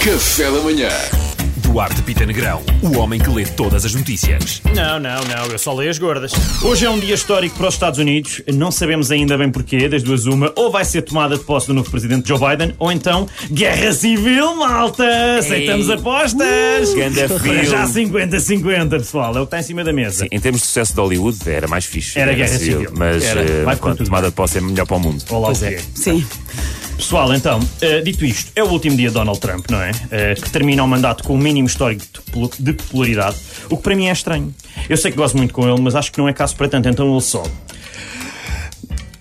Café da Manhã. Duarte Pita Negrão, o homem que lê todas as notícias. Não, não, não, eu só leio as gordas. Hoje é um dia histórico para os Estados Unidos, não sabemos ainda bem porquê, das duas uma, ou vai ser tomada de posse do novo presidente Joe Biden, ou então guerra civil, malta! Aceitamos apostas! ganda Para já filme. 50-50, pessoal, é o que está em cima da mesa. Em termos de sucesso de Hollywood, era mais fixe. Era Guerra Civil. Mas Era. eh, Vai com pronto, tudo. tomada de posse é melhor para o mundo. Olá, o quê? Sim. Pessoal, então, eh, dito isto, é o último dia de Donald Trump, não é? Eh, que termina o mandato com o mínimo histórico de popul- de popularidade, o que para mim é estranho. Eu sei que gosto muito com ele, mas acho que não é caso para tanto, então ele sobe.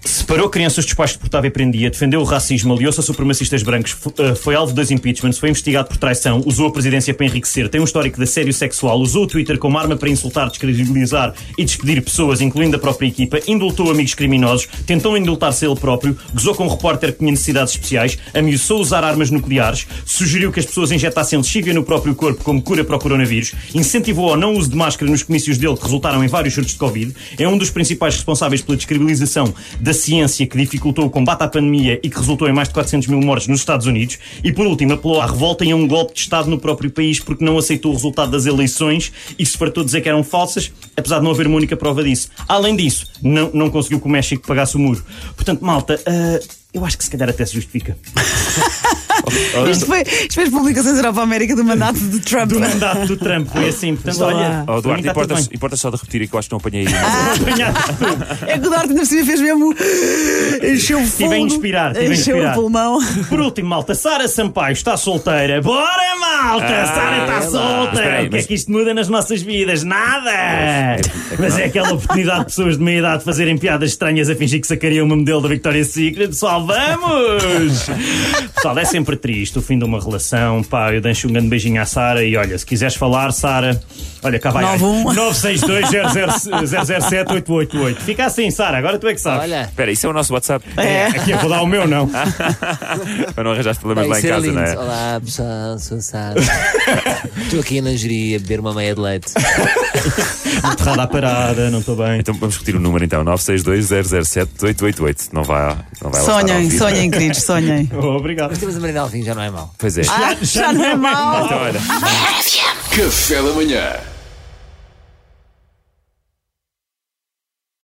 Separou crianças dos pais que portava e prendia, defendeu o racismo, aliou-se a supremacistas brancos, fo- eh, foi alvo de dois impeachments, foi investigado por traição, usou a presidência para enriquecer, tem um histórico de assédio sexual, usou o Twitter como arma para insultar, descredibilizar e despedir pessoas, incluindo a própria equipa, indultou amigos criminosos, tentou indultar-se ele próprio, gozou com um repórter que tinha necessidades especiais, ameaçou usar armas nucleares, sugeriu que as pessoas injetassem lexívia no próprio corpo como cura para o coronavírus, incentivou ao não uso de máscara nos comícios dele que resultaram em vários surtos de Covid, é um dos principais responsáveis pela descredibilização da ciência que dificultou o combate à pandemia e que resultou em mais de 400 mil mortes nos Estados Unidos, e por último apelou à revolta e a um golpe de Estado no próprio país porque não aceitou o resultado das eleições e se fartou de dizer que eram falsas, apesar de não haver uma única prova disso. Além disso, não, não conseguiu que o México pagasse o muro. Portanto, malta, ah, eu acho que se calhar até se justifica. Isto foi, isto foi as publicações Europa América do mandato de Trump. O mandato um do Trump foi assim, portanto, Vá lá. olha. Oh, para Duarte, mim está tudo importas, bem. importas só de repetir é que eu acho que não apanhei aí. Apanhaste tudo. É que o Duarte ainda por cima fez mesmo. Encheu o Estive a fundo, inspirar, estive a Encheu inspirar. o pulmão. Por último, malta, Sara Sampaio está solteira. Bora, malta! Sara está solta! Ah, é Espera aí, o que mas- é que isto muda nas nossas vidas? Nada! Mas é aquela oportunidade de pessoas de meia idade fazerem piadas estranhas a fingir que sacariam uma modelo da Victoria's Secret. Pessoal, vamos! Pessoal, é sempre triste o fim de uma relação. Pá, eu deixo um grande beijinho à Sara e olha, se quiseres falar, Sara, olha, cá vai. 91. 962 007 888. Fica assim, Sara, agora tu é que sabes. Olha, Espera, isso é o nosso WhatsApp. É. Aqui eu vou dar o meu, não. Para não arranjar problemas vai lá em ser casa, lindo. não é? Olá pessoal, sou Sara. Estou aqui na Angeria a beber uma meia de leite. Aterrada à parada, não estou bem. Então vamos repetir o número então, 962-007-888. Não vai, não vai lá estar ao Sonhem, vivo, sonhem, queridos, sonhem. Oh, obrigado. Temos a Marina Alvim, já não é mal. Pois é. Ah, já não é mal. Então, olha. Café da Manhã.